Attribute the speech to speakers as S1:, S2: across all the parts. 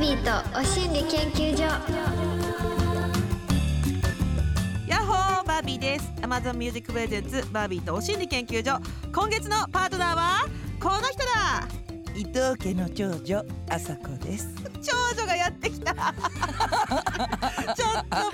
S1: ビーとお心理研究所
S2: ヤッホーバービーです Amazon Music Presents バービーとお心理研究所今月のパートナーはこの人だ
S3: 伊藤家の長女朝子です
S2: 長女がやってき たちょっと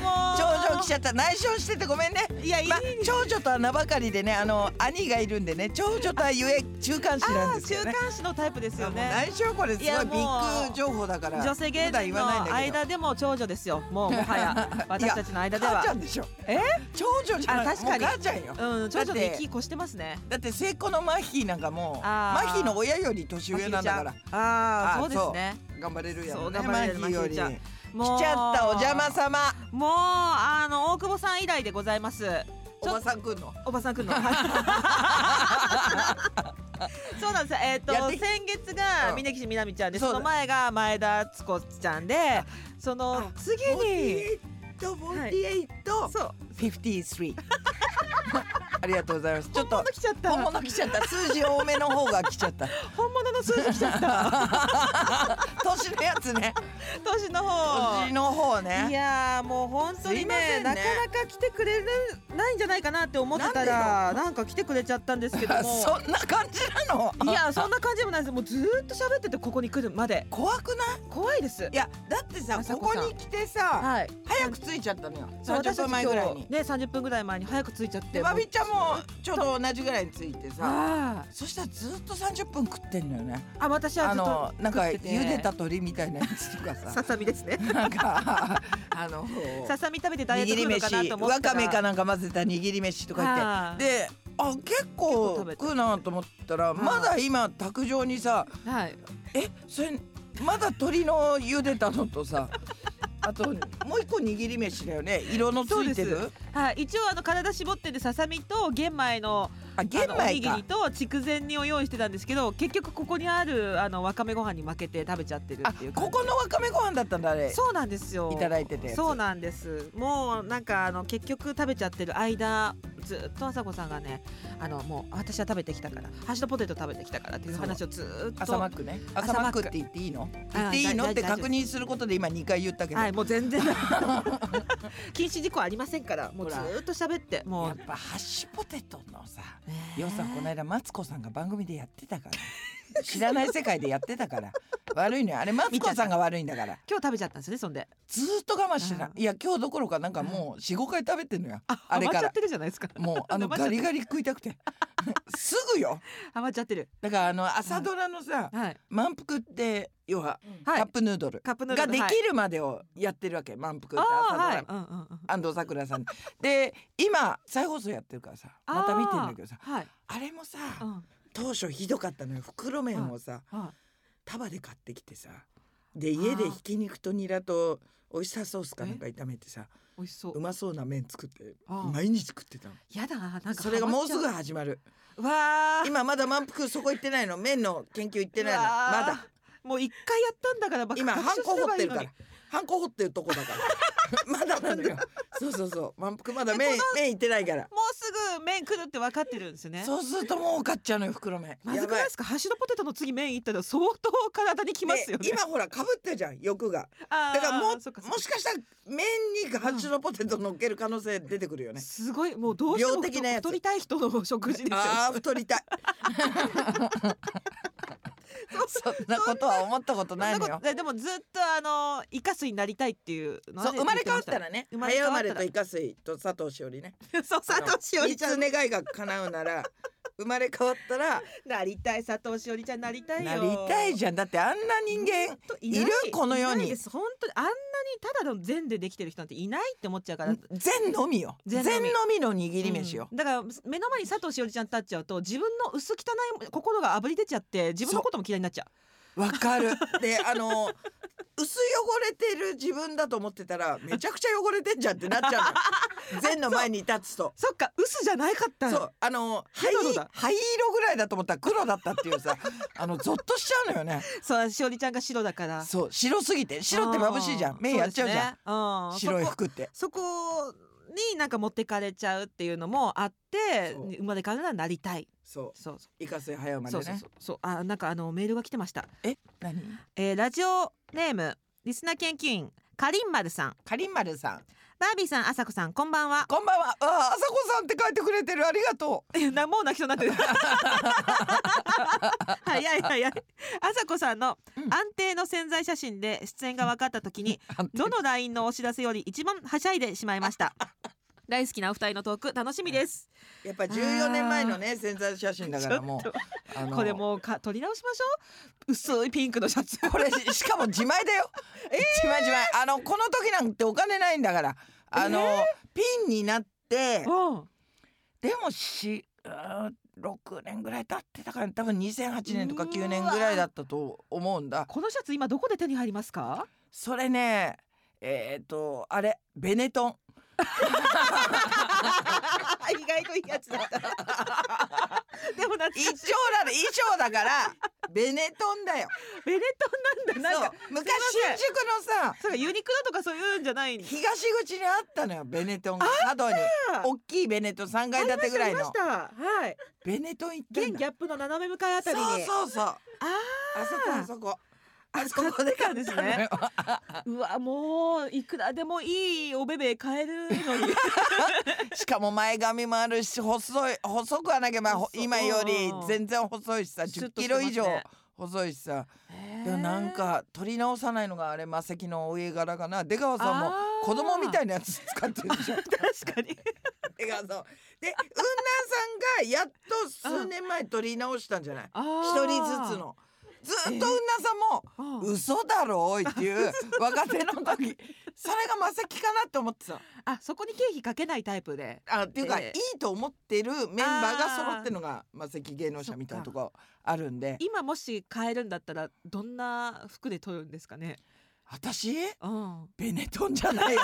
S2: もう
S3: 長女来ちゃった内緒しててごめんね
S2: いやいい
S3: まあ長女とは名ばかりでねあの兄がいるんでね長女とはゆえ中間子なん
S2: あ
S3: で
S2: あ
S3: すけ
S2: 週
S3: どね
S2: 刊誌のタイプですよ
S3: もう
S2: ね
S3: 内緒これすごいビ
S2: いやもう
S3: ッグ情報だから
S2: 女性芸
S3: 普段
S2: 人
S3: 言わないんだけ
S2: の
S3: ど
S2: 間でも長女ですよもうも はや私たちの間で
S3: 母
S2: は
S3: ちゃんでしょ
S2: え
S3: 長女じゃない
S2: あ確かに
S3: もう母ちゃんよ
S2: うん長女の息越してますね
S3: だって末っ子のマヒーなんかもう
S2: あ
S3: マ
S2: ー
S3: ヒーの親より年上なんだから
S2: まひるちゃんああ
S3: あ
S2: そうですね
S3: 頑張れるや
S2: そ
S3: ろ
S2: う
S3: ね
S2: 頑
S3: マ
S2: 張
S3: ヒ
S2: れる
S3: ーより
S2: マヒーちゃん
S3: 来
S2: もう
S3: ちゃったお邪魔様
S2: もうあの大久保さん以来でございます
S3: おばさんくんの
S2: おばさんくんの。 そうなんですよ。えっ、
S3: やって
S2: と
S3: き
S2: 先月
S3: う
S2: が
S3: ん
S2: 峯岸みなみちゃんで、
S3: そう
S2: そ
S3: だ
S2: の前が前田敦子ちゃんで、その
S3: あ
S2: 次
S3: フォーティ
S2: に
S3: エイトフォーティエイト
S2: そう
S3: フィフティスリー ありがとうございますちょっと
S2: 本物来ちゃった。
S3: 本物来ちゃった数字多めの方が来ちゃ った
S2: 本物の数字来ちゃ った。
S3: 年のやつね
S2: 年の方
S3: 年。の方
S2: い
S3: ね
S2: やーもう本当に
S3: す
S2: ね
S3: いませんね
S2: なかなか来てくれるないんじゃないかなって思ってたらなんか来てくれちゃったんですけど
S3: あ
S2: も
S3: そんな感じなの
S2: いやそんな感じでもないですもうずーっと喋っててここに来るまで
S3: 怖くない
S2: 怖いです
S3: いやだってさ
S2: あさ
S3: こ
S2: こ
S3: こ
S2: さん
S3: に来てさ
S2: はい
S3: 早く着いちゃったのよ
S2: そ
S3: 30
S2: う私た
S3: 分
S2: ち今
S3: 前ぐらいに
S2: 日ね30分ぐらい前に早く着いちゃって
S3: でバビちゃんもちょうど同じぐらいに着いてさ
S2: あ
S3: そしたらずっと30分食ってんのよね
S2: ーあ私は
S3: あ
S2: ずっと
S3: のなんか
S2: 食ってて
S3: 茹でた鳥みたいなやつとかさ
S2: ささみで すね
S3: なんかあの
S2: ささみ食べてダイエット
S3: 握
S2: す
S3: り
S2: るのかな
S3: 飯
S2: と思っ
S3: わ
S2: たら
S3: かめかなんか混ぜた握り飯とか
S2: は
S3: 言っ
S2: い
S3: てであ結
S2: 結構
S3: 構
S2: 食べた
S3: 食うなと思ったら
S2: い
S3: まだ今卓上にさ
S2: はい
S3: えそれまだ鶏の茹でたのとさあともう一個握り飯だよね色のついて
S2: そう
S3: る
S2: はい一応あの体絞っててささみと玄米の
S3: あ
S2: あ
S3: 玄
S2: のおに
S3: 米
S2: ぎ
S3: か
S2: りと筑前煮を用意してたんですけど結局ここにあるあのわかめご飯に負けて食べちゃってる
S3: あ
S2: っていう
S3: ここのわかめご飯だったんだあれ
S2: そうなんですよ
S3: いただいてたやつ
S2: そうなんですもうなんかあの結局食べちゃってる間ずっと朝子さんがねあのもう私は食べてきたからハッシュドポテト食べてきたからっていう話をずーっと
S3: 朝マックね
S2: 朝
S3: 朝
S2: マ
S3: マ
S2: ッ
S3: ッ
S2: ク
S3: クって言っていいの
S2: あ
S3: 言っていいの
S2: 大
S3: って
S2: 大丈夫
S3: 確認することで今2回言ったけど
S2: は
S3: や
S2: い
S3: っ
S2: も う全然禁止事項ありませんからもうずーっと喋ってもう、
S3: ぱハッシュポテトのさ
S2: ねえ
S3: ようさんこの間マツコさんが番組でやってたから知ら ない世界でやってたから悪いのよあれマツコさんが悪いんだから
S2: 今日食べちゃったんですねそんで
S3: ずーっと我慢してた
S2: うん
S3: いや今日どころかなんかもう45回食べてんのよ
S2: あ
S3: あれか
S2: 余っちゃ
S3: ら
S2: ってるじゃないですか
S3: もうあの
S2: 余っちゃ
S3: ガ
S2: って
S3: リガリ食いたくて すぐよ
S2: 余っちゃってる
S3: だからあの朝ドラのさ
S2: はい
S3: 満腹って要は
S2: は
S3: カッ
S2: い
S3: プヌードル
S2: カップヌード
S3: が
S2: ル
S3: で
S2: はい
S3: きるまでをやってるわけ満腹って
S2: あ
S3: 朝ド
S2: あ
S3: ラ
S2: は
S3: の
S2: いうんうんうん
S3: 安藤サクラさんで今再放送やってるからさまた見てんだけどさ
S2: あーはい
S3: あれもさ
S2: うん
S3: 当初ひどかったのよ袋麺をさ
S2: はい
S3: 束で買ってきてさで家でひき肉とニラとオイスターソースかなんか炒めてさ
S2: 美味しそう
S3: うまそうな麺作って
S2: あー
S3: 毎日食ってたの
S2: やだなんか
S3: それがもうすぐ
S2: ハマっ
S3: 始まる
S2: ちゃうわー
S3: 今まだ満腹そこ行ってないの麺の研究行ってないの
S2: うわー
S3: まだ
S2: もう一回やったんだから
S3: 今ハンコ掘ってるか
S2: い
S3: らハンコ掘ってるとこだから まだなのよそうそうそう満腹まだ麺麺行ってないから
S2: もうすぐ麺来るって分かってるんですよね
S3: そうするともう買っちゃうのよ袋麺
S2: まずくないですかハッシュドポテトの次麺いったら相当体にきますよね
S3: で今ほらかぶってるじゃん欲が
S2: あー
S3: だからもう
S2: そっかそっか
S3: もしかしたら麺にハッシュドポテト乗っける可能性出てくるよね
S2: すごいもうどうしても
S3: 量的なやつ
S2: 太りたい人の食事ですよ
S3: ああ太り たいそんなことは思ったことないのよ
S2: そんなことでもずっとあのイカ水になりたいっていうのは
S3: そう
S2: ね
S3: 生まれ変わったらね
S2: 生まれ変
S3: 早
S2: わ
S3: 生
S2: った
S3: ま
S2: ら
S3: れとイカ水と佐藤しおりね
S2: 言ってましたそう佐藤しおりちゃん
S3: 三つ願いが叶う なら生まれ変わったら
S2: なりたい佐藤しおりちゃんなりたいよ
S3: なりたいじゃんだってあんな人間
S2: ほんとない
S3: るこの世に
S2: いないです本当にあんなにただの善でできてる人なんていないって思っちゃうから
S3: 全のみよ
S2: 全
S3: 全
S2: のみ
S3: のみの握り飯よ、
S2: うんだから目の前に佐藤しおりちゃん立っちゃうと自分の薄汚い心があぶり出ちゃって自分のことも嫌いになっちゃ
S3: わかるであの薄汚れてる自分だと思ってたらめちゃくちゃ汚れてんじゃんってなっちゃうの善の前に立つと
S2: うそっか薄じゃないかった
S3: そうあの灰
S2: 黒だ
S3: 灰色ぐらいだと思ったら黒だったっていうさ あのゾッとしちゃうのよね
S2: そうしおりちゃんが白だから
S3: そう白すぎて白って眩しいじゃん
S2: う
S3: 目やっちゃうじゃん、
S2: んそうですね
S3: 白
S2: うん
S3: い服って
S2: そこそこになんか持ってかれちゃうっていうのもあって
S3: そう
S2: 生まれ変わるならなりたい
S3: そ
S2: そうそう
S3: イカ水早生
S2: う
S3: まれ
S2: そ
S3: ね
S2: うそうそうそうあなんかあのメールが来てました
S3: 何
S2: えーラジオネームリスナー研究員かりんまるさん
S3: かりんまるさん
S2: バービーさんあさこさんこんばんは
S3: こんばんはあああさこさんって書いてくれてるありがと
S2: いやなもう泣きそう になってる早い早いあさこさんの
S3: うん
S2: 安定の潜在写真で出演が分かった時 に
S3: う
S2: どの LINE のお知らせより一番はしゃいでしまいました大好きなお二人のトーク楽しみです
S3: やっぱ14年前のね潜在写真だからも
S2: ちょっ
S3: うあの
S2: これもうか撮り直しましょう薄いピンクのシャツ
S3: これししかも自前だよ、自前自前あのこの時なんてお金ないんだからあの、
S2: え
S3: ピンになって
S2: うん
S3: でもしうん6年ぐらい経ってたから多分2008年とか9年ぐらいだったと思うんだ
S2: このシャツ今どこで手に入りますか
S3: それねえっ、とあれベネトン
S2: 意外といいやつだった でもなんか
S3: 一応 だね衣装だからベネトンだよ
S2: ベレトンなんだなんか
S3: そう昔新宿のさ
S2: そうかユニクロとかそういうんじゃないんだ
S3: 東口にあったのよベネトンが角に大きいベネトン3階建てぐらい
S2: ありま
S3: の
S2: したありましたはい
S3: ベネトン行って
S2: 現
S3: ん
S2: ギ
S3: だ
S2: ャップの斜め向かいあたりに
S3: そうそうそうあ
S2: あ
S3: そこあそこ
S2: あ
S3: あそこで買ったんです
S2: 買ってたん
S3: ね
S2: ーうわもういくらでもいいおべべ買える のに
S3: しかも前髪もあるし細い細くはなきゃまあほ
S2: そう
S3: 今より
S2: うん
S3: 全然細いしさ
S2: シュ
S3: 10
S2: ッと
S3: キ
S2: して
S3: ロ
S2: ますね
S3: 以上細いしさでもなんか取り直さないのがあれ魔石のお家柄かな出川さんも
S2: あー
S3: 子供みたいなやつ使ってるでし ょ
S2: 確かに
S3: 出川さんで雲南さんがやっと数年前取り直したんじゃない一
S2: 一
S3: 人ずつのずっと雲南さんも「嘘だろおい」っていう若手の時それが魔石かなって思ってた
S2: あそこに経費かけないタイプで
S3: あっていうか、
S2: ええ
S3: いいと思ってるメンバーが揃ってるのがまあ石芸能者みたいなとこあるんで
S2: 今もし買えるんだったらどんな服で取るんですかね
S3: 私
S2: うん
S3: ベネトンじゃないよ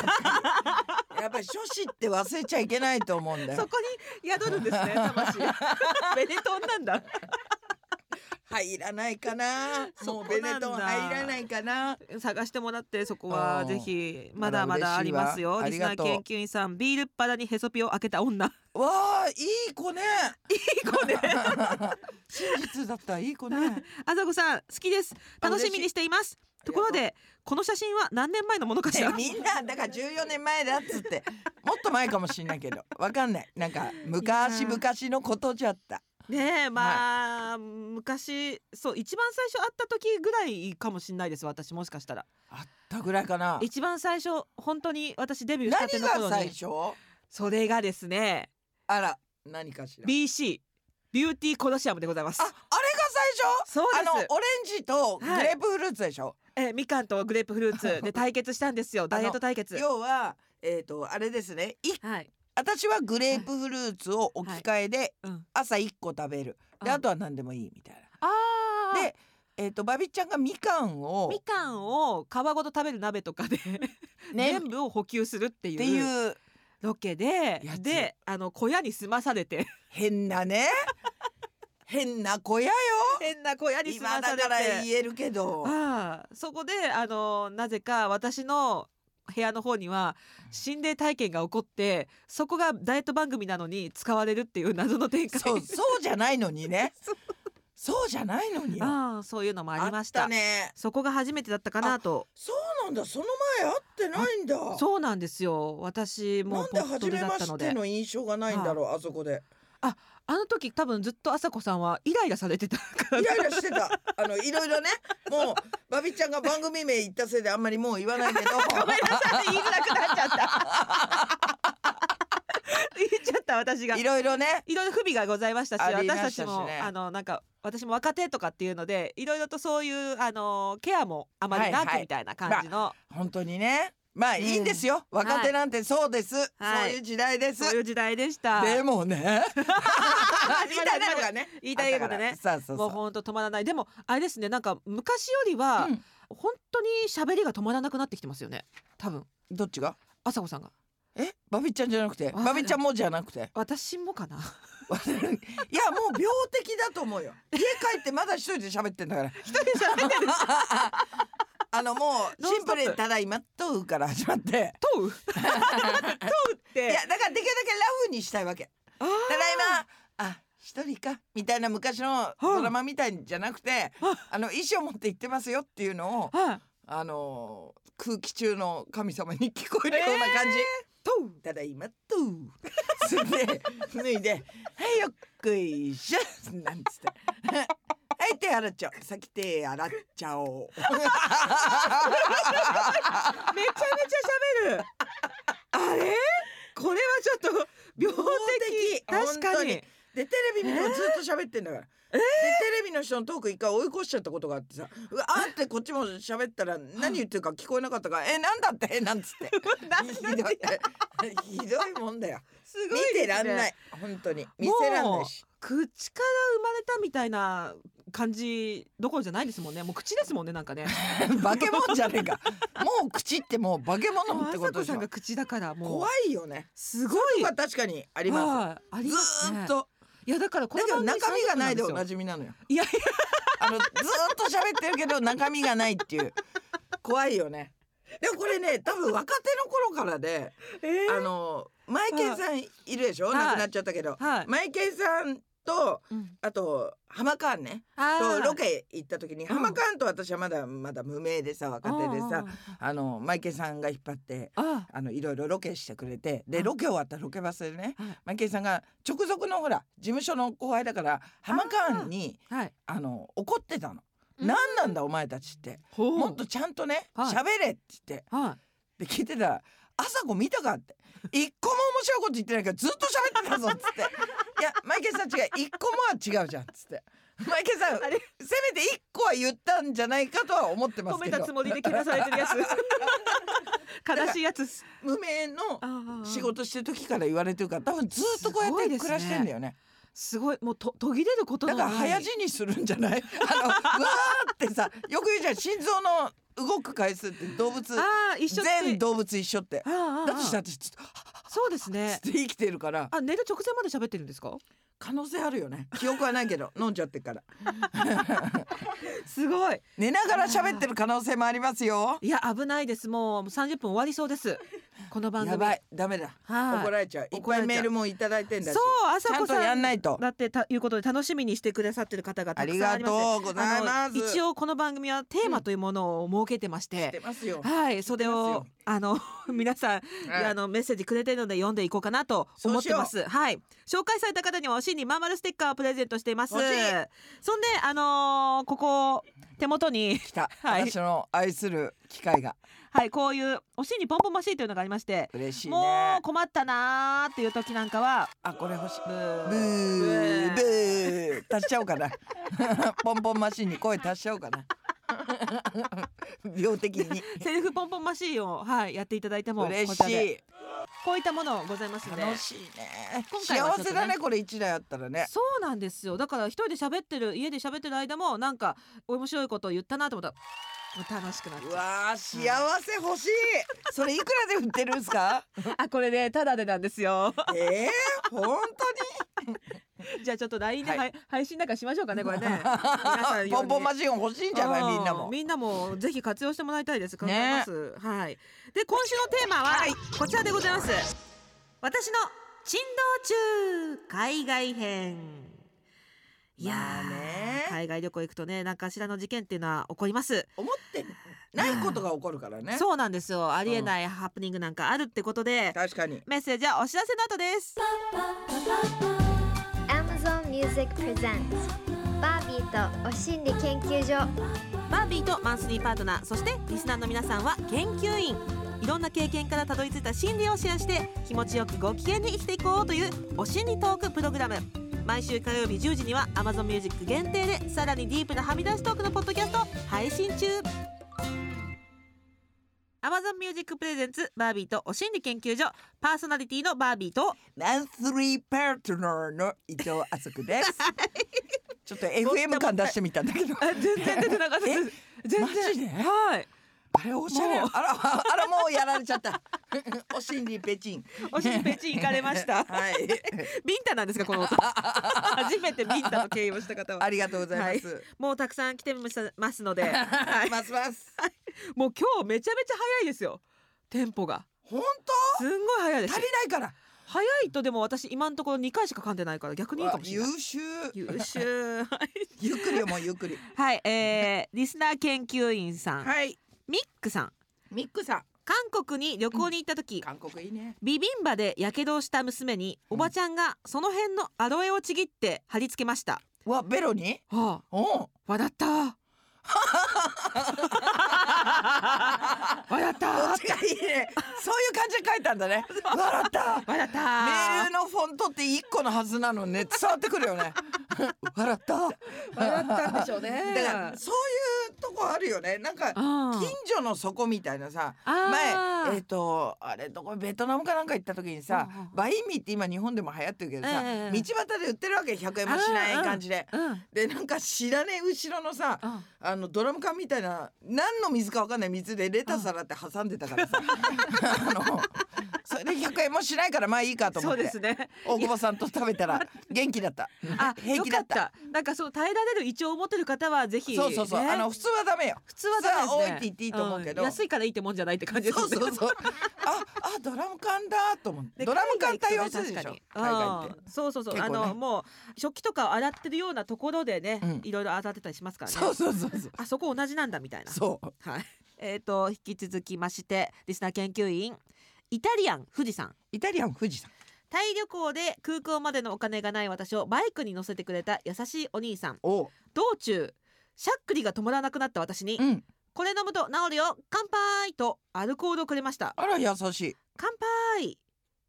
S3: やっぱり書士って忘れちゃいけないと思うんだ
S2: そ
S3: よ
S2: こに宿るん ですね魂ベネトンなんだ
S3: 入らないかな
S2: そ
S3: も
S2: こ
S3: う
S2: なん
S3: ベ
S2: だ
S3: ネトン入らないかな
S2: 探してもらってそこ
S3: う
S2: は
S3: ん
S2: ぜひ
S3: ま
S2: ま
S3: だ
S2: だまだありますよ
S3: 嬉しい
S2: リス
S3: わあ
S2: ナ
S3: り
S2: ー
S3: がとう
S2: 研究員さんビールっ腹にへそぴを開けた 女
S3: わあいい子ね
S2: いい子ね
S3: 真実だったいい子ね
S2: あさこさん好きです
S3: あ
S2: 楽しみにしていますところでこの写真は何年前の ものかし
S3: ね
S2: ら
S3: みんなだから14年前だっつってもっと前かもしんないけどわかんないなんか昔々のことじゃった
S2: ねえまあ、昔そう一番最初会った時ぐらいかもしれないです私もしかしたら
S3: あったぐらいかな
S2: 一番最初本当に私デビューしたて
S3: 何
S2: の頃
S3: が最
S2: に
S3: 初
S2: それがですね
S3: あら何かしら
S2: BC ビューティーコロシアムでございます
S3: ああれが
S2: そう
S3: 最初あの
S2: です
S3: オレンジとグレープフルーツでしょ、
S2: えみかんとグレープフルーツで対決したんですよダイエット対決
S3: 要はえっ、とあれですねい
S2: はい、
S3: 私はグレープフルーツを置き換えで
S2: うん、
S3: 朝1個食べるで
S2: うん
S3: あとは何でもいいみたい
S2: あ
S3: な
S2: ー
S3: でえっ、とバビちゃんがみかんを
S2: みかんを皮ごと食べる鍋とかで、
S3: ねっ
S2: 全部を補給するって
S3: て
S2: いう
S3: いう
S2: ロケで
S3: やつ
S2: であの小屋に住まされて
S3: 変なね変な子やよ
S2: 変な小屋に住
S3: 今
S2: ま
S3: だ
S2: されて
S3: から言えるけど
S2: ああそこであのなぜか私の部屋の方には心霊体験が起こってそこがダイエット番組なのに使われるっていう謎の展開
S3: そうそうじゃないのに ねそうじゃないのによ
S2: ああそういうのもありました
S3: あったね
S2: そこが初めてだったかなと
S3: そうなんだその前会ってないんだ
S2: そうなんですよ私も
S3: な
S2: うんポ
S3: で初
S2: ットで
S3: め
S2: だっ
S3: ま
S2: たの
S3: して
S2: で
S3: の印象がないんだろう、あそこで
S2: あの時多分ずっと朝子さんはイライラされてたから
S3: イライラしてたあのいろいろねもうバビちゃんが番組名言ったせいであんまりもう言わないけど
S2: ごめんなさい言いづらくなっちゃっ た言っちゃった私が
S3: いろいろね
S2: いろいろ不備がございましたし
S3: ありま
S2: 私
S3: した
S2: た
S3: し
S2: ち
S3: ね
S2: もあのなんか私も若手とかっていうのでいろいろとそういうあのケアもあまりな
S3: はいは
S2: く
S3: い
S2: みたいな感じの、
S3: 本当にねまあいいんですよ、若手なんてそうです、
S2: は
S3: そ
S2: い
S3: ういう時代です、
S2: そういう時代で した。
S3: でもね
S2: 始
S3: 言
S2: ま
S3: いた
S2: る
S3: いことがね
S2: 言いたいこと
S3: あ
S2: ね
S3: っ。たからそうそう
S2: もう
S3: そう
S2: 本当止まらないでもあれですねなんか昔よりは、
S3: うん
S2: 本当に喋りが止まらなくなってきてますよね多分
S3: どっちが
S2: 朝子さんが
S3: えバビちゃんじゃなくて
S2: あ
S3: バビちゃんもじゃなくて い
S2: 私もかな
S3: やもう病的だと思うよ家帰ってまだ一人で喋ってんだから
S2: 一人で喋ってる
S3: あのもう
S2: ノン
S3: シンプ
S2: ストップ
S3: ルに「ただいま」とうから始まって
S2: 問 う問うって
S3: いやだからできるだけラフにしたいわけ
S2: あー
S3: 「ただいま」あ一人かみたいな昔のドラマみたいじゃなくて、
S2: は
S3: あの衣装持って行ってますよっていうのを
S2: はい
S3: あの空気中の神様に聞こえるような感じ。とうただいまとう。すんで脱いで「はいよっくいしょ」なんつって。はい手洗っちゃおう先手洗っちゃおう
S2: めちゃめちゃ喋る。あれこれはちょっと病的。
S3: 病的
S2: 確かに。
S3: でテレビ見てもずっと喋ってんだから、でテレビの人のトーク一回追い越しちゃったことがあってさ「うわあ」ってこっちも喋ったら何言ってるか聞こえなかったから「えなんだって?」なんつってひどいひどいもんだよ
S2: すご
S3: 見
S2: い。
S3: てらんないい本当に見せらんないし
S2: 口から生まれたみたいな感じどころじゃないですもんね。もう口ですもんねなんかね。
S3: 化け物じゃねえかもう口ってもう化け物ってこと
S2: 朝子
S3: でし
S2: さん
S3: ょ
S2: が口だからもう
S3: 怖いよね
S2: すごい。
S3: まあ確かにありま
S2: はいあ
S3: す
S2: ります
S3: ず
S2: ね
S3: ーっと
S2: いやだからこ
S3: だけ
S2: の
S3: ど
S2: 番組
S3: 中身がないでおな
S2: じ。
S3: じみなのよ
S2: いやい
S3: あのずーっと喋ってるけど中身がないっていう怖いよねでもこれね多分若手の頃からで、
S2: や。え
S3: あのマイケンさんいるでしょ、
S2: はい
S3: 亡くなっちゃったけど、
S2: ーはい。
S3: マイケンさんと
S2: うん
S3: あと浜川ね
S2: あ
S3: と
S2: ー
S3: ロケ行った時に
S2: うん
S3: 浜川と私はまだまだ無名でさ若手でさ。あのマイケンさんが引っ張って
S2: あーあーあー。
S3: あのいろいろロケしてくれてで
S2: はい
S3: ロケ終わったらロケバスでね、
S2: はい
S3: マイケンさんが直属のほら事務所の後輩だから浜川に
S2: あはい。
S3: あの怒ってたの。
S2: うん
S3: 何なんだお前たちって
S2: ほう
S3: もっとちゃんとね
S2: はい
S3: 喋れって言って
S2: は
S3: で聞いてたら「朝子見たか?」って「一個も面白いこと言ってないからずっと喋ってたぞ」っつって「いやマイケンさん違う一個もは違うじゃん」っつってマイケンさんせ
S2: あ
S3: め
S2: れ
S3: て一個は言ったんじゃないかとは思って
S2: い。
S3: ます
S2: 褒
S3: け
S2: めた
S3: ど
S2: つもりでけなされてるやつ。 悲しいやつっす。
S3: 無名の
S2: あー
S3: 仕事してる時から言われてるから多分ずっとこうやって暮らしてんだよね
S2: すごいもうと途切れることの
S3: だ
S2: な
S3: か
S2: い
S3: ら早死にするんじゃない あのうわーってさよく言うじゃん心臓の動く回数って動物
S2: ああ一緒って
S3: 全動物一緒って
S2: ああああ
S3: だとしたら私ずっと
S2: そうです
S3: つっ
S2: ね
S3: て生きてるから
S2: あ寝る直前まで喋ってるんですか
S3: 可能性あるよね記憶はないけど飲んじゃってっから
S2: すごい
S3: 寝ながら喋ってる可能性もありますよ
S2: いや危ないですもう30分終わりそうですこの番組
S3: やばいダメだ
S2: はい
S3: 怒られちゃういっ
S2: 怒ら
S3: ぱ
S2: れちゃ
S3: いうメールもいただいてんだ
S2: そ
S3: し
S2: う朝
S3: ちゃ
S2: 子
S3: んと
S2: さん
S3: やんないと
S2: だってたいうことで楽しみにしてくださってる方が
S3: あ
S2: たく
S3: り
S2: さん
S3: が
S2: あります
S3: とうございま
S2: あ
S3: す
S2: の一応この番組はテーマというものを設けてまし、
S3: 知っててますよ
S2: はいそれ
S3: 知っ
S2: を
S3: てま
S2: あの 皆さん
S3: はい
S2: あのメッセージくれてるので読んでいこうかなと思ってま
S3: そ
S2: す。はい。紹介された方にはおしにまんまるステッカーをプレゼントしています。そん
S3: 欲しい
S2: であのーここ手元に
S3: 来た
S2: はい
S3: 私の愛する機会が
S2: はいこういうおしにポンポンマシーンというのがありまして。
S3: 嬉しい
S2: も
S3: ね
S2: う困ったなーっていう時なんかは
S3: あこれ欲しい
S2: ブ
S3: ブー
S2: ー
S3: ブー足しちゃおうかなポンポンマシンに声足しちゃおうかな病的に
S2: セルフポンポンマシーンをはいやっていただいても
S3: 嬉
S2: こちら
S3: し
S2: で
S3: い
S2: こういったものございますので
S3: 楽しいね
S2: 今回はち
S3: 幸
S2: ょっとね
S3: せだねこれ一台あったらね
S2: そうなんですよだから一人で喋ってる家で喋ってる間もなんか面白いことを言ったなと思ったら楽しくなっちゃ
S3: う
S2: う
S3: わー幸せ欲しいそれいくらで売ってるんですか
S2: あこれねタダでなんですよ
S3: えー、本
S2: じゃあちょっと LINE で、
S3: はい
S2: はい、配信なんかしましょうか ねこれね
S3: 当にポンポンマ
S2: シ
S3: シン欲しいんじゃないみんなも
S2: みんなもぜひ活用してもらいたいです考えま
S3: ね
S2: す、はいで今週のテーマはこちらでございます、私の珍道中海外編いやー、
S3: まあね
S2: 海外旅行行くとね何かしらの事件っていうのは起こります
S3: 思ってないことが起こるからね
S2: そうなんですよありえないハプニングなんかあるってことで、
S3: 確かに
S2: メッセージはお知らせの後です
S1: Amazon Music Presents バービーとお心理研究所
S2: バービーとマンスリーパートナーそしてリスナーの皆さんは研究員いろんな経験からたどり着いた心理をシェアして気持ちよくご機嫌に生きていこうというお心理トークプログラム毎週火曜日10時には Amazon Music 限定でさらにディープなはみ出しトークのポッドキャストを配信中 Amazon Music プレゼンツバービーとお心理研究所パーソナリティのバービーと
S3: マンスリーパートナーの伊藤あさこですちょっと FM 感出してみたんだけど
S2: 全然出てなかった
S3: です全然マジで
S2: はい
S3: あれおしゃれあ
S2: もう
S3: らあらもうやられちゃった お心理ペチン
S2: おしんぺち行かれました
S3: はい
S2: ビンタなんですかこの音初めてビンタの経由をした方は
S3: ありがとうございます、
S2: もうたくさん来てますので、はい
S3: ますます
S2: もう今日めちゃめちゃ早いですよテンポが
S3: 本
S2: すんごい早い
S3: 当
S2: です
S3: 足りないから
S2: 早いとでも私今のところ2回しか噛んでないから逆にいいかもしれない
S3: 優秀
S2: 優秀
S3: ゆっくりよもうゆっくり
S2: はい、えー、リスナー研究員 さん、
S3: はい
S2: ミックさん
S3: ミックさん
S2: 韓国に旅行に行った時、
S3: 韓国いいね
S2: ビビンバで火傷をした娘におばちゃんがその辺のアロエをちぎって貼り付けました、
S3: うわベロに
S2: はあ、
S3: おう
S2: 笑 った笑った
S3: どっちがいいねそういう感じで書いたんだ ね笑った
S2: 笑った
S3: メールのフォントって一個のはずなの ね伝わってくるよね 笑った
S2: 笑ったんでしょうね
S3: だからそういうとこあるよねなんか
S2: うん
S3: 近所の底みたいなさ
S2: あー
S3: 前えっ、とあれどこベトナムかなんか行った時にさ
S2: うんうん
S3: バインミーって今日本でも流行ってるけどさ、
S2: ええ
S3: 道端で売ってるわけ100円もしない感じで。
S2: うん
S3: でなんか知らねえ後ろのさ
S2: うん
S3: あのドラム缶みたいな何の水かわかんない水でレタス洗って挟んでたから さあのそれで100円もしないからまあいいかと思
S2: そ
S3: っ
S2: うで
S3: て
S2: す ね
S3: 大久保さんと食べたら元気だった
S2: あ
S3: 平気だった
S2: よかったなんかそう耐えられる胃腸を持ってる方はぜひ
S3: そうそうそう、
S2: ね
S3: あの普通はダメよ
S2: 普通はダメですね
S3: 普通は多いって言っていいと思うけど
S2: ん安いからいいってもんじゃないって感じで
S3: そ
S2: すね
S3: うそうそう。あ、あ、ドラム缶だと思って。
S2: で
S3: ドラム缶対応
S2: 海
S3: す
S2: 外
S3: る
S2: 行くとね
S3: でしょ。
S2: 確
S3: 海
S2: か
S3: 外
S2: に
S3: って
S2: うん。そうそうそう、
S3: 結
S2: あ
S3: 構ね
S2: のもう食器とかを洗ってるようなところでね、
S3: うん
S2: いろいろ洗ってたりしますからね
S3: そうそうそうそう。
S2: あそこ同じなんだみたいな
S3: そう。
S2: はい えー、と引き続きましてリスナー研究員イタリアン富士山
S3: イタリアン富士山。
S2: タイ旅行で空港までのお金がない私をバイクに乗せてくれた優しいお兄さん
S3: おう。
S2: 道中しゃっくりが止まらなくなった私に、
S3: うん。
S2: これ飲むと治るよ乾杯とアルコールをくれました
S3: あら優しい。
S2: 乾杯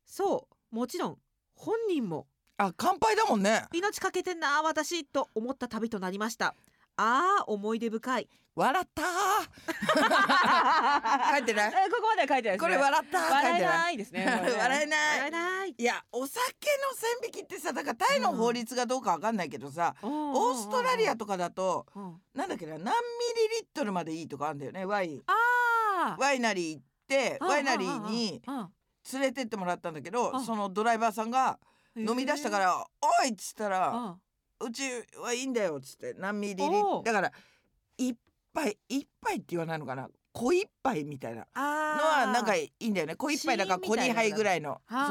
S2: そうもちろん本人も
S3: あ、乾杯だもんね。
S2: 命かけてんな私と思った旅となりましたあー思い出 深い
S3: 笑ったー。書いてな
S2: え
S3: い。
S2: ここまでは書いてないですね
S3: これ笑ったー。書い
S2: 笑え
S3: てない。
S2: ないですねこれね
S3: 笑えない
S2: 笑えない
S3: いやお酒の線引きってさだからタイの法律がどうかわかんないけどさ、オーストラリアとかだと
S2: うん
S3: なんだっけな何ミリリットルまでいいとかあるんだよねワイン
S2: あ
S3: ワイナリー行って
S2: ー
S3: ワイナリーに
S2: うんうんうんうん
S3: 連れてってもらったんだけど
S2: あ
S3: そのドライバーさんが
S2: うん
S3: 飲み出したか
S2: へ
S3: ら「おい!」っつった
S2: ー
S3: ら
S2: うん
S3: 「うちはいいんだよ」っつって何ミリリ
S2: おう
S3: だから一杯一杯って言わないのかな小一杯みたいなの
S2: あ
S3: はなんか
S2: い
S3: いいんだよね小一杯だから
S2: シーン
S3: 小
S2: みたい
S3: 二
S2: な
S3: 杯ぐらいのそう
S2: そ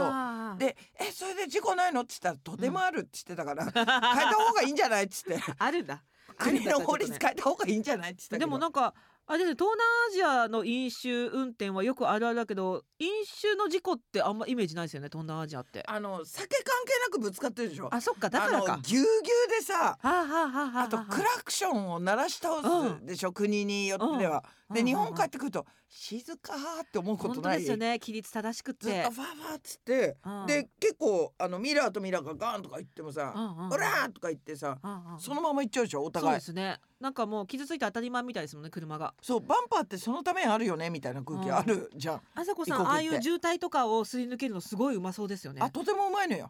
S2: う
S3: で「えそれで事故ないの?」っつったら「とてもある」っつって たから「変えた方がいいんじゃない?」っつって
S2: あるんだ
S3: 国の法律
S2: あるんだちょっとね
S3: 変えた方がいいんじゃないっつったけ
S2: で
S3: ど
S2: もなんかあれですね東南アジアの飲酒運転はよくあるあるだけど飲酒の事故ってあんまイメージないですよね東南アジアってあ
S3: あの酒関係なくぶつかってるでしょ
S2: そっかだから
S3: あ
S2: か
S3: のぎゅうぎゅうでさ
S2: はあはあはあはあ
S3: あとクラクションを鳴らし倒すでしょ、国によっては。
S2: うん
S3: で、
S2: うん
S3: 日本帰ってくると静かーって思うこと
S2: 本当
S3: ない
S2: ですよね規律正しく
S3: ずってとファーファーっつって、
S2: うん
S3: で結構あのミラーとミラーがガーンとか言ってもさ
S2: うんうんう
S3: 「
S2: ん
S3: オラー!」とか言ってさ
S2: うんうん
S3: そのまま行っちゃうでしょお
S2: そう
S3: 互
S2: で
S3: い。
S2: すねなんかもう傷ついて当たり前みたいですもんね車が
S3: そうバンパーってそのためにあるよねみたいな空気あるじゃん。
S2: あさこさ
S3: 異国っ
S2: んあ
S3: て
S2: あいう渋滞とかをすり抜けるのすごいうまそうですよね
S3: あとてもうまいの よ。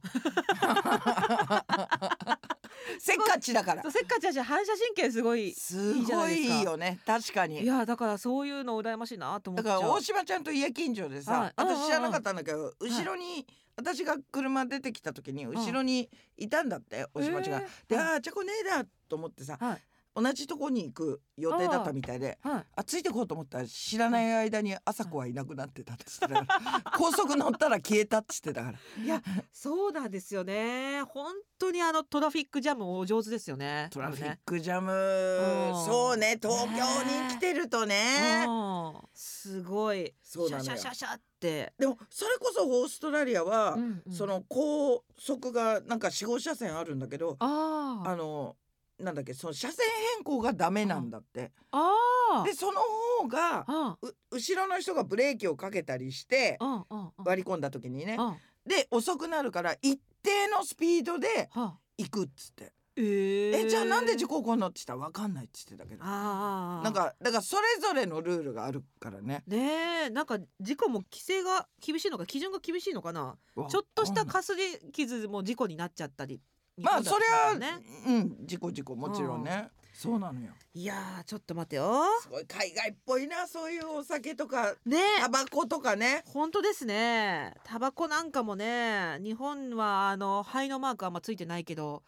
S3: せっかちだから
S2: そう。せっかちだし反射神経すごい
S3: す
S2: いいじゃな
S3: ご
S2: いです
S3: い
S2: か
S3: いいよね確かに
S2: い。やだからそういうの羨ましいなと思っ
S3: だ
S2: ち
S3: か
S2: ゃう
S3: ら大島ちゃんと家近所でさ、
S2: はいうんうんうん
S3: 私知らなかったんだけど後ろに、私が車出てきた時に後ろにいたんだって、大島ちゃんが。
S2: へ
S3: で、
S2: ー
S3: ああじゃあこねえだと思ってさ
S2: はい
S3: 同じとこに行く予定だったみたいで。
S2: はい
S3: あついてこうと思ったら知らない間に朝子はいなくなってたって言ってたから 高速乗ったら消えたって言ってたから
S2: いやそうなんですよね本当にあのトラフィックジャムお上手ですよね
S3: トラフィッ
S2: ね
S3: クジャム、
S2: ん
S3: そうね東京に来てるとね
S2: うんすごい
S3: そうなのよ
S2: シャシャシャシャって、
S3: でもそれこそオーストラリアは、
S2: うんうん
S3: その高速がなんか4、5車線あるんだけど、
S2: あー
S3: あのなんだっけその車線変更がダメなんだって、
S2: あー
S3: でその方が
S2: あ
S3: う後ろの人がブレーキをかけたりして
S2: うんうんうんうん
S3: 割り込んだ時にね
S2: は
S3: で遅くなるから一定のスピードで
S2: あ
S3: 行くっつって
S2: え
S3: 「
S2: ー
S3: えじゃあなんで事故起こんの?」って言ったら「分かんない」って言ってたけど
S2: あー
S3: なんかだからそれぞれのルールがあるからね
S2: ねえなんか事故も規制が厳しいのか基準が厳しいのかなちょっとした
S3: わかんない
S2: かすり傷も事故になっちゃったり
S3: まあ
S2: 日
S3: そ
S2: 本
S3: れ
S2: だ
S3: は、
S2: とね
S3: うん事故事故もちろんね、そうなのよ
S2: いやーちょっと待ってよ
S3: すごい海外っぽいなそういうお酒とか
S2: ねえ
S3: タバコとかね
S2: 本当ですねタバコなんかもね日本はあの肺のマークあんまついてないけど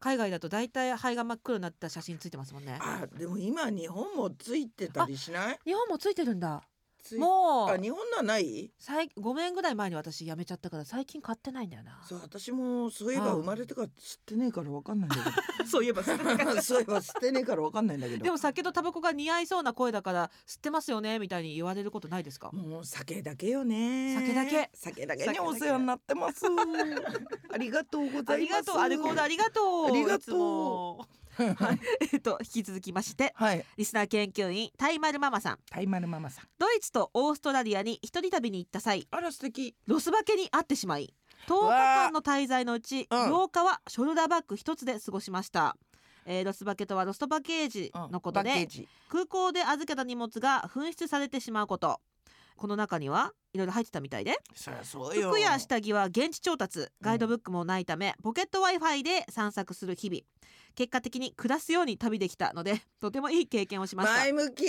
S2: 海外だと大体肺が真っ黒になった写真ついてますもんね
S3: あでも今日本もついてたりしない
S2: 日本もついてるんだ
S3: つい
S2: も
S3: あ
S2: う
S3: 日本のはない
S2: 最5年ぐらい前に私辞めちゃったから最近買ってないんだ よな
S3: そう私もそういえば
S2: はい
S3: 生まれてから知ってねえからわかんないんだ
S2: そういえば
S3: けど そういえば知ってねえからわかんないんだけど
S2: でも酒とタバコが似合いそうな声だから吸ってますよねみたいに言われることないですか
S3: もう酒だけよね
S2: 酒だけ
S3: 酒だけにお世話になってますありがとうご
S2: あ
S3: ざい
S2: り
S3: ます
S2: がとうアルコールありがとう
S3: ありがとう
S2: いつも はいえっと引き続きまして
S3: はい
S2: リスナー研究員タイマルママさん
S3: タイマルママさん
S2: ドイツとオーストラリアに一人旅に行った際
S3: あら素敵
S2: ロスバケに会ってしまい10日間の滞在のうち
S3: うわうん
S2: 8日はショルダーバッグ一つで過ごしました、えーロスバケとはロストバケージ
S3: うん
S2: のこと
S3: パッケ
S2: で
S3: ージ
S2: 空港で預けた荷物が紛失されてしまうことこの中にはいろいろ入ってたみたいで
S3: そりゃそうよ
S2: 服や下着は現地調達ガイドブックもないため、ポケット w i f i で散策する日々結果的に暮らすように旅できたので とてもいい経験をしました
S3: 前向き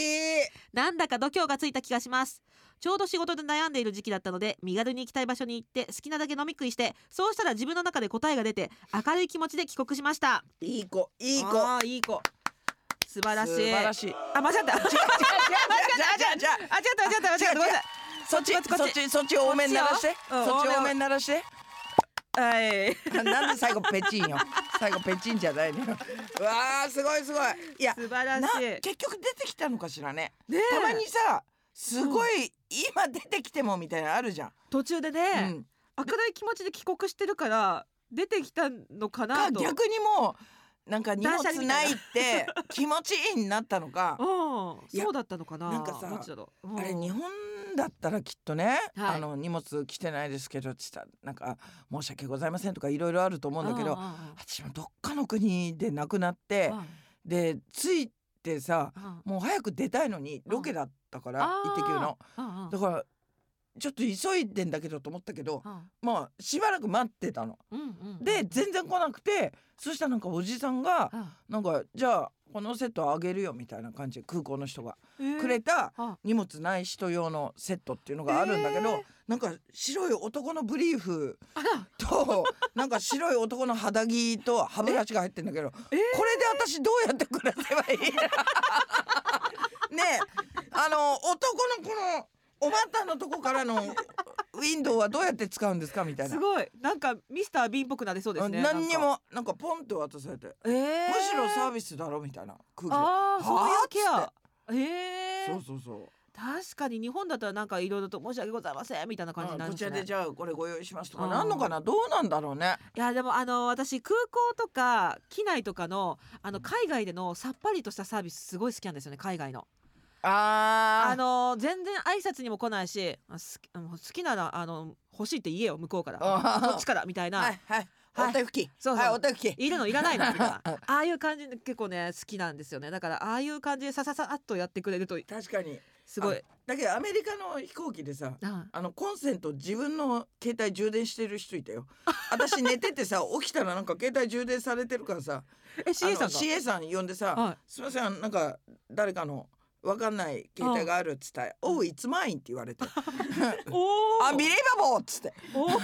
S2: なんだか度胸がついた気がしますちょうど仕事で悩んでいる時期だったので身軽に行きたい場所に行って好きなだけ飲み食いしてそうしたら自分の中で答えが出て明るい気持ちで帰国しました
S3: いい子いい子
S2: あーいい子素晴らしい
S3: 素晴らしい
S2: あ間違った間違った間違
S3: じゃあじゃあ
S2: った間違った間違ったごめんなさい
S3: そっちそ
S2: こっちこっ
S3: っ
S2: ち
S3: ちそっち多めに鳴らして
S2: こっちようん
S3: そっち
S2: 多め
S3: 多めに鳴らして
S2: はい
S3: ななんで最後ペチンよ 最後ペチンじゃないのよ うわーすごいすごいいや
S2: 素晴らし
S3: ない結局出てきたのかしらね
S2: ねえ
S3: たまにさすごい今出てきてもみたいなのあるじゃん、
S2: 途中でね、
S3: うん、
S2: 明るい気持ちで帰国してるから出てきたのかな
S3: か
S2: と
S3: 逆にもうなんか荷物
S2: 断捨離みた
S3: ないい
S2: な
S3: って気持ちいいになったのか
S2: うん
S3: いや
S2: そうだったのかな
S3: なんかさ
S2: どっちだろううん
S3: あれ日本だったらきっとね、
S2: はい
S3: あの荷物来てないですけどって言ったらなんか申し訳ございませんとかいろいろあると思うんだけど
S2: あ
S3: 私もどっかの国で亡くなって
S2: ああ
S3: で着いてさ
S2: ああ
S3: もう早く出たいのにロケだったから
S2: あ
S3: 「イッテ Q!」の
S2: ああ
S3: だからちょっと急いでんだけどと思ったけど
S2: ああ
S3: まあしばらく待ってたの。
S2: うんうんうん
S3: で全然来なくてそしたらなんかおじさんが
S2: あ
S3: なんかじゃあこのセットあげるよみたいな感じで空港の人が
S2: えー
S3: くれた
S2: あ
S3: 荷物ない人用のセットっていうのがあるんだけど、
S2: えー
S3: なんか白い男のブリーフ
S2: あら
S3: となんか白い男の肌着と歯ブラシが入ってんだけど、
S2: えー
S3: これで私どうやって暮らせばいい ねえあの男のこのお股のとこからのウィンドウはどうやって使うんですかみたいな
S2: す。ごいなんかミスタービンっぽくなりそうですね
S3: 何に
S2: なんか
S3: もなんかポンって渡されて、
S2: えー
S3: むしろサービスだろみたいな空気
S2: ああそういうケ
S3: はあ
S2: アえ
S3: そ
S2: ー
S3: うそうそう
S2: 確かに日本だったらなんかいろいろと申し訳ございませんみたいな感じにな
S3: あ
S2: る
S3: こ
S2: ん
S3: ち
S2: です
S3: ら
S2: ね
S3: でじゃあこれご用意しますとか
S2: あー
S3: なんのかなどうなんだろうね
S2: いやでもあの私空港とか機内とかのあの海外でのさっぱりとしたサービスすごい好きなんですよね海外の。
S3: あ
S2: あの全然挨拶にも来ないしあ好きあの好きならあの欲しいって言えよ向こうから
S3: あー
S2: こっちからみたいな、
S3: はいはい
S2: はい
S3: お手拭き
S2: そうそう
S3: はいお手拭き
S2: い、るのいらないのみたい なああいう感じ結構ね好きなんですよねだからああいう感じでさささっとやってくれると
S3: 確かに
S2: すごい。
S3: だけどアメリカの飛行機でさ
S2: あ
S3: あのコンセント自分の携帯充電してる人いた よ私寝ててさ起きたらなんか携帯充電されてるからさ
S2: え CA
S3: あ
S2: さ
S3: の
S2: んが
S3: CA さん呼んでさ、
S2: はい
S3: すみませんなんか誰かのわかんない携帯があるっつったら「おういつまいん」って言われ て「
S2: おー
S3: あビレバボー」っつ って
S2: おー
S3: 「いい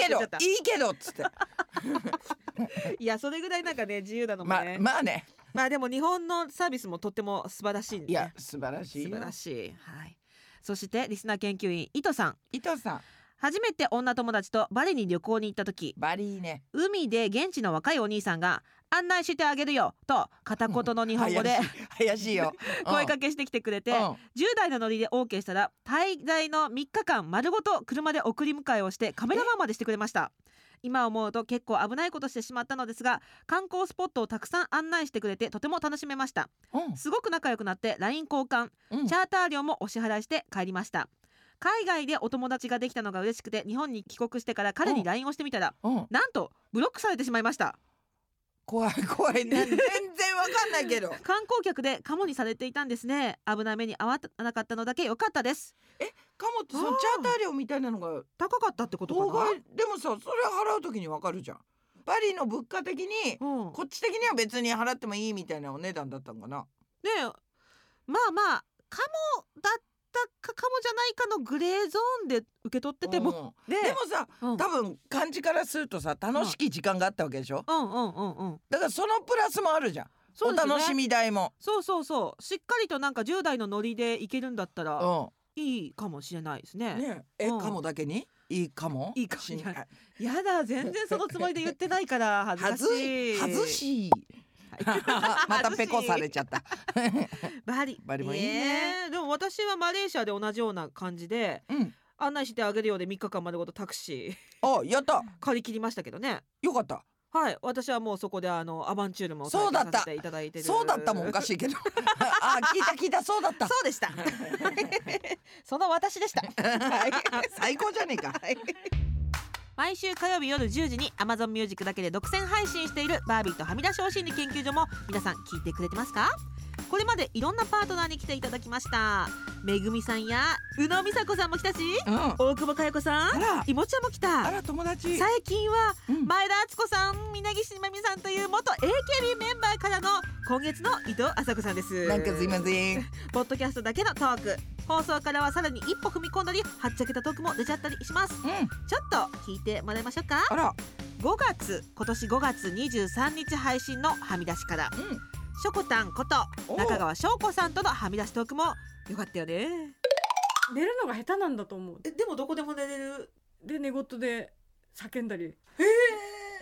S3: けど
S2: 言っちゃった
S3: いいけど」っつって
S2: いやそれぐらいなんかね自由なのも
S3: ま
S2: ね、ま
S3: まあね
S2: あでも日本のサービスもとっても素晴らしいんで、ね、
S3: いや素晴らしい
S2: 素晴ら
S3: い
S2: しい。はい。そしてリスナー研究員伊藤さん。
S3: 伊藤さん
S2: 初めて女友達とバリに旅行に行った時
S3: バリーね
S2: 海で現地の若いお兄さんが「案内してあげるよ」と片言の日本語で
S3: 怪しい 怪しいよ
S2: 声か
S3: け
S2: けしてきてくれて10代のノリで OK したら滞在の3日間丸ごと車で送り迎えをしてカメラマンまでしてくれました今思うと結構危ないことしてしまったのですが観光スポットをたくさん案内してくれてとても楽しめましたすごく仲良くなって LINE 交換チャーター料もお支払いして帰りました海外でお友達ができたのが嬉しくて日本に帰国してから彼
S3: う
S2: に
S3: ん
S2: LINE をしてみたら
S3: うん
S2: なんとブロックされてしまいました
S3: 怖い 怖いね全然わかんないけど
S2: 観光客でカモにされていたんですね危ない目に遭わなかったのだけ良かったです
S3: カモってそのチャーター料みたいなのが
S2: 高かったってことか
S3: 動
S2: な
S3: 画でもさそれ払うときにわかるじゃんバリの物価的に
S2: うん、
S3: こっち的には別に払ってもいいみたいなお値段だったのかな
S2: ねえまあまあカモだったかカモじゃないかのグレーゾーンで受け取ってても、
S3: うん
S2: ね
S3: でもさ
S2: うん、
S3: 多分漢字からするとさ楽しき時間があったわけでしょ
S2: うんうんうんうん
S3: だからそのプラスもあるじゃん
S2: そうです
S3: お
S2: ね
S3: 楽しみ代も、
S2: そうそうそうしっかりとなんか10代のノリでいけるんだったら
S3: う
S2: いいかもしれないですね
S3: ん、ねえ、
S2: うん
S3: かもだけにいいかも
S2: いいかも
S3: しんあ
S2: やだ全然そのつもりで言ってないから恥
S3: は
S2: ず
S3: ず
S2: かし
S3: い
S2: い
S3: はずしい またペコされちゃった
S2: バリ
S3: バリもいいね
S2: えでも私はマレーシアで同じような感じで
S3: うん
S2: 案内してあげるようで3日間丸ごとタクシー
S3: あやった
S2: 借り切りましたけどね
S3: よかった
S2: はい私はもうそこであのアバンチュールも体
S3: そうだっ
S2: 験
S3: た
S2: させていただいてる
S3: そうだったもんおかしいけど あ聞いた聞いたそうだった
S2: そうでした その私でしたはい
S3: 最高じゃねえか
S2: 毎週火曜日夜10時に Amazon ミュージックだけで独占配信しているバービーとはみ出しお心理研究所も皆さん聞いてくれてますかこれまでいろんなパートナーに来ていただきましためぐみさんや宇野美佐子さんも来たし
S3: うんあ
S2: 大久保佳代子さん
S3: ら
S2: いもちゃんも来
S3: あ
S2: た
S3: ら友達
S2: 最近は
S3: うん
S2: 前田敦子さん峯岸みなみさんという元 AKB メンバーからの今月の伊藤麻子さんです
S3: なんかすいません
S2: ポッドキャストだけのトーク放送からはさらに一歩踏み込んだりはっちゃけたトークも出ちゃったりします
S3: うん
S2: ちょっと聞いてもらいましょうか
S3: あら
S2: 5月今年5月23日配信の「はみ出し」から
S3: うん
S2: しょこたんこと
S3: おう
S2: 中川翔子さんとのはみ出しトークもよかったよね
S4: 寝るのが下手なんだと思う
S2: でもどこでも寝れる
S4: で寝言で叫んだり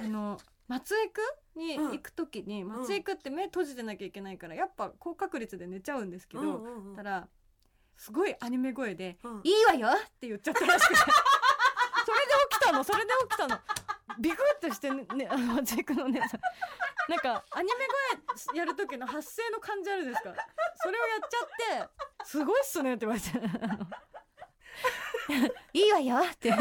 S4: あの松江区に
S2: うん
S4: 行く時に、松江区って目閉じてなきゃいけないからやっぱ高確率で寝ちゃうんですけ
S2: け
S4: ど、
S2: ど、
S4: たらすごいアニメ声で
S2: うん
S4: 「いいわよ!」って言っちゃったらしくてそれで起きたのそれで起きたのビクッとしてねねあの松江区のお姉さんなんかアニメ声やる時の発声の感じあるじゃないですかそれをやっちゃって「すごいっすね」って言われて「 いいわよ!」って
S2: こ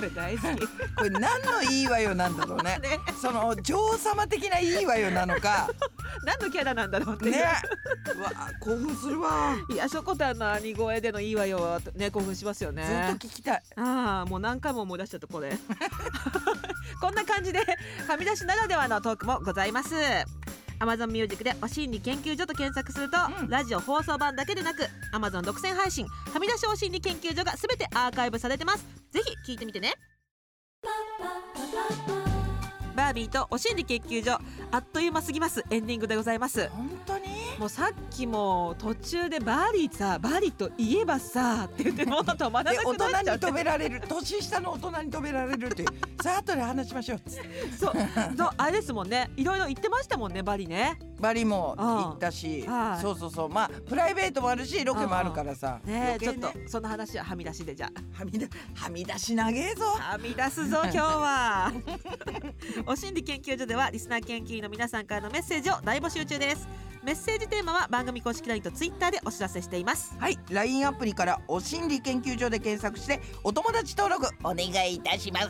S2: れ 大好き
S3: これ何のいいわよなんだろう ね
S2: ね
S3: その女王様的ないいわよなのか
S2: 何のキャラなんだろうってい う
S3: ねうわ興奮するわ
S2: いやしょこたんの兄声での「いいわよ」はね興奮しますよ
S3: ずっ
S2: ね
S3: と聞きたい
S2: ああもう何回も思い出しちゃったこれ こんな感じではみ出しならではのトークもございます Amazon ミュージックで「お心理研究所」と検索すると、
S3: うん
S2: ラジオ放送版だけでなく Amazon 独占配信「はみ出しお心理研究所」が全てアーカイブされてますぜひ聞いてみてねバービーとお心理研究所あっという間すぎますエンディングでございます
S3: 本当に
S2: もうさっきも途中でバーリーさバーリーといえばさって言ってもう止まら
S3: で
S2: な
S3: 大
S2: くなっち
S3: 人
S2: ゃっ
S3: に
S2: て
S3: 止められる年下の大人に止められるっていうさあ後で話しましょう
S2: そう、そうあれですもんね。いろいろ言ってましたもんね、バリね。
S3: バリも行ったし
S2: うんはい
S3: そうそうそうまあプライベートもあるしロケもあるからさ
S2: ね
S3: 余
S2: ちょ
S3: 計
S2: っとその話ははみ出しでじゃ
S3: はみ出はみ出し長えぞ
S2: あ。はみ出す ぞ今日は。 お心理研究所ではリスナー研究員の皆さんからのメッセージを大募集中です。メッセージテーマは番組公式 LINE と Twitter でお知らせしています。
S3: はい LINE アプリからお心理研究所で検索してお友達登録お願いいたします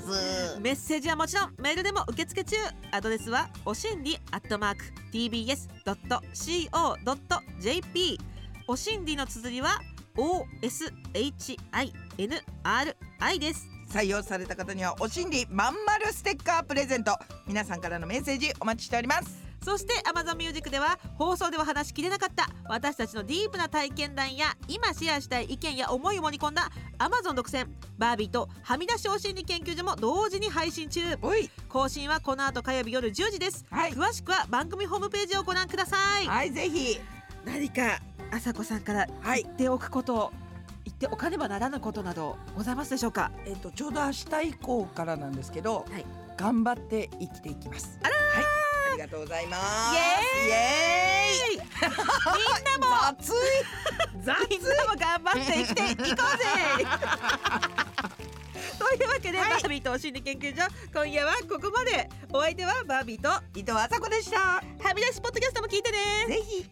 S2: メッセージはもちろんメールでも受付中アドレスはおしんりアットマーク tbs.co.jp おしんりの綴りは oshinri です
S3: 採用された方にはお心理まんまるステッカープレゼント皆さんからのメッセージお待ちしております
S2: そして Amazon Music では放送では話しきれなかった私たちのディープな体験談や今シェアしたい意見や思いを盛り込んだ Amazon 独占バービーとはみ出しお心理研究所も同時に配信中
S3: おい
S2: 更新はこの後火曜日夜10時です
S3: はい
S2: 詳しくは番組ホームページをご覧ください
S3: はいぜひ
S2: 何か朝子さんから
S3: はい
S2: 言っておくこと言っておかねばならぬことなどございますでしょうか
S3: えっ、とちょうど明日以降からなんですけど、
S2: はい
S3: 頑張って生きていきますあらはいありがとうございます
S2: イ
S3: エーイ
S2: みんなも
S3: 熱い
S2: みんなも頑張って生きていこうぜ というわけで、バービーとお心理研究所今夜はここまでお相手はバービーとは
S3: 伊藤麻子でした
S2: み出しポッドキャストも聞いてね
S3: ぜひ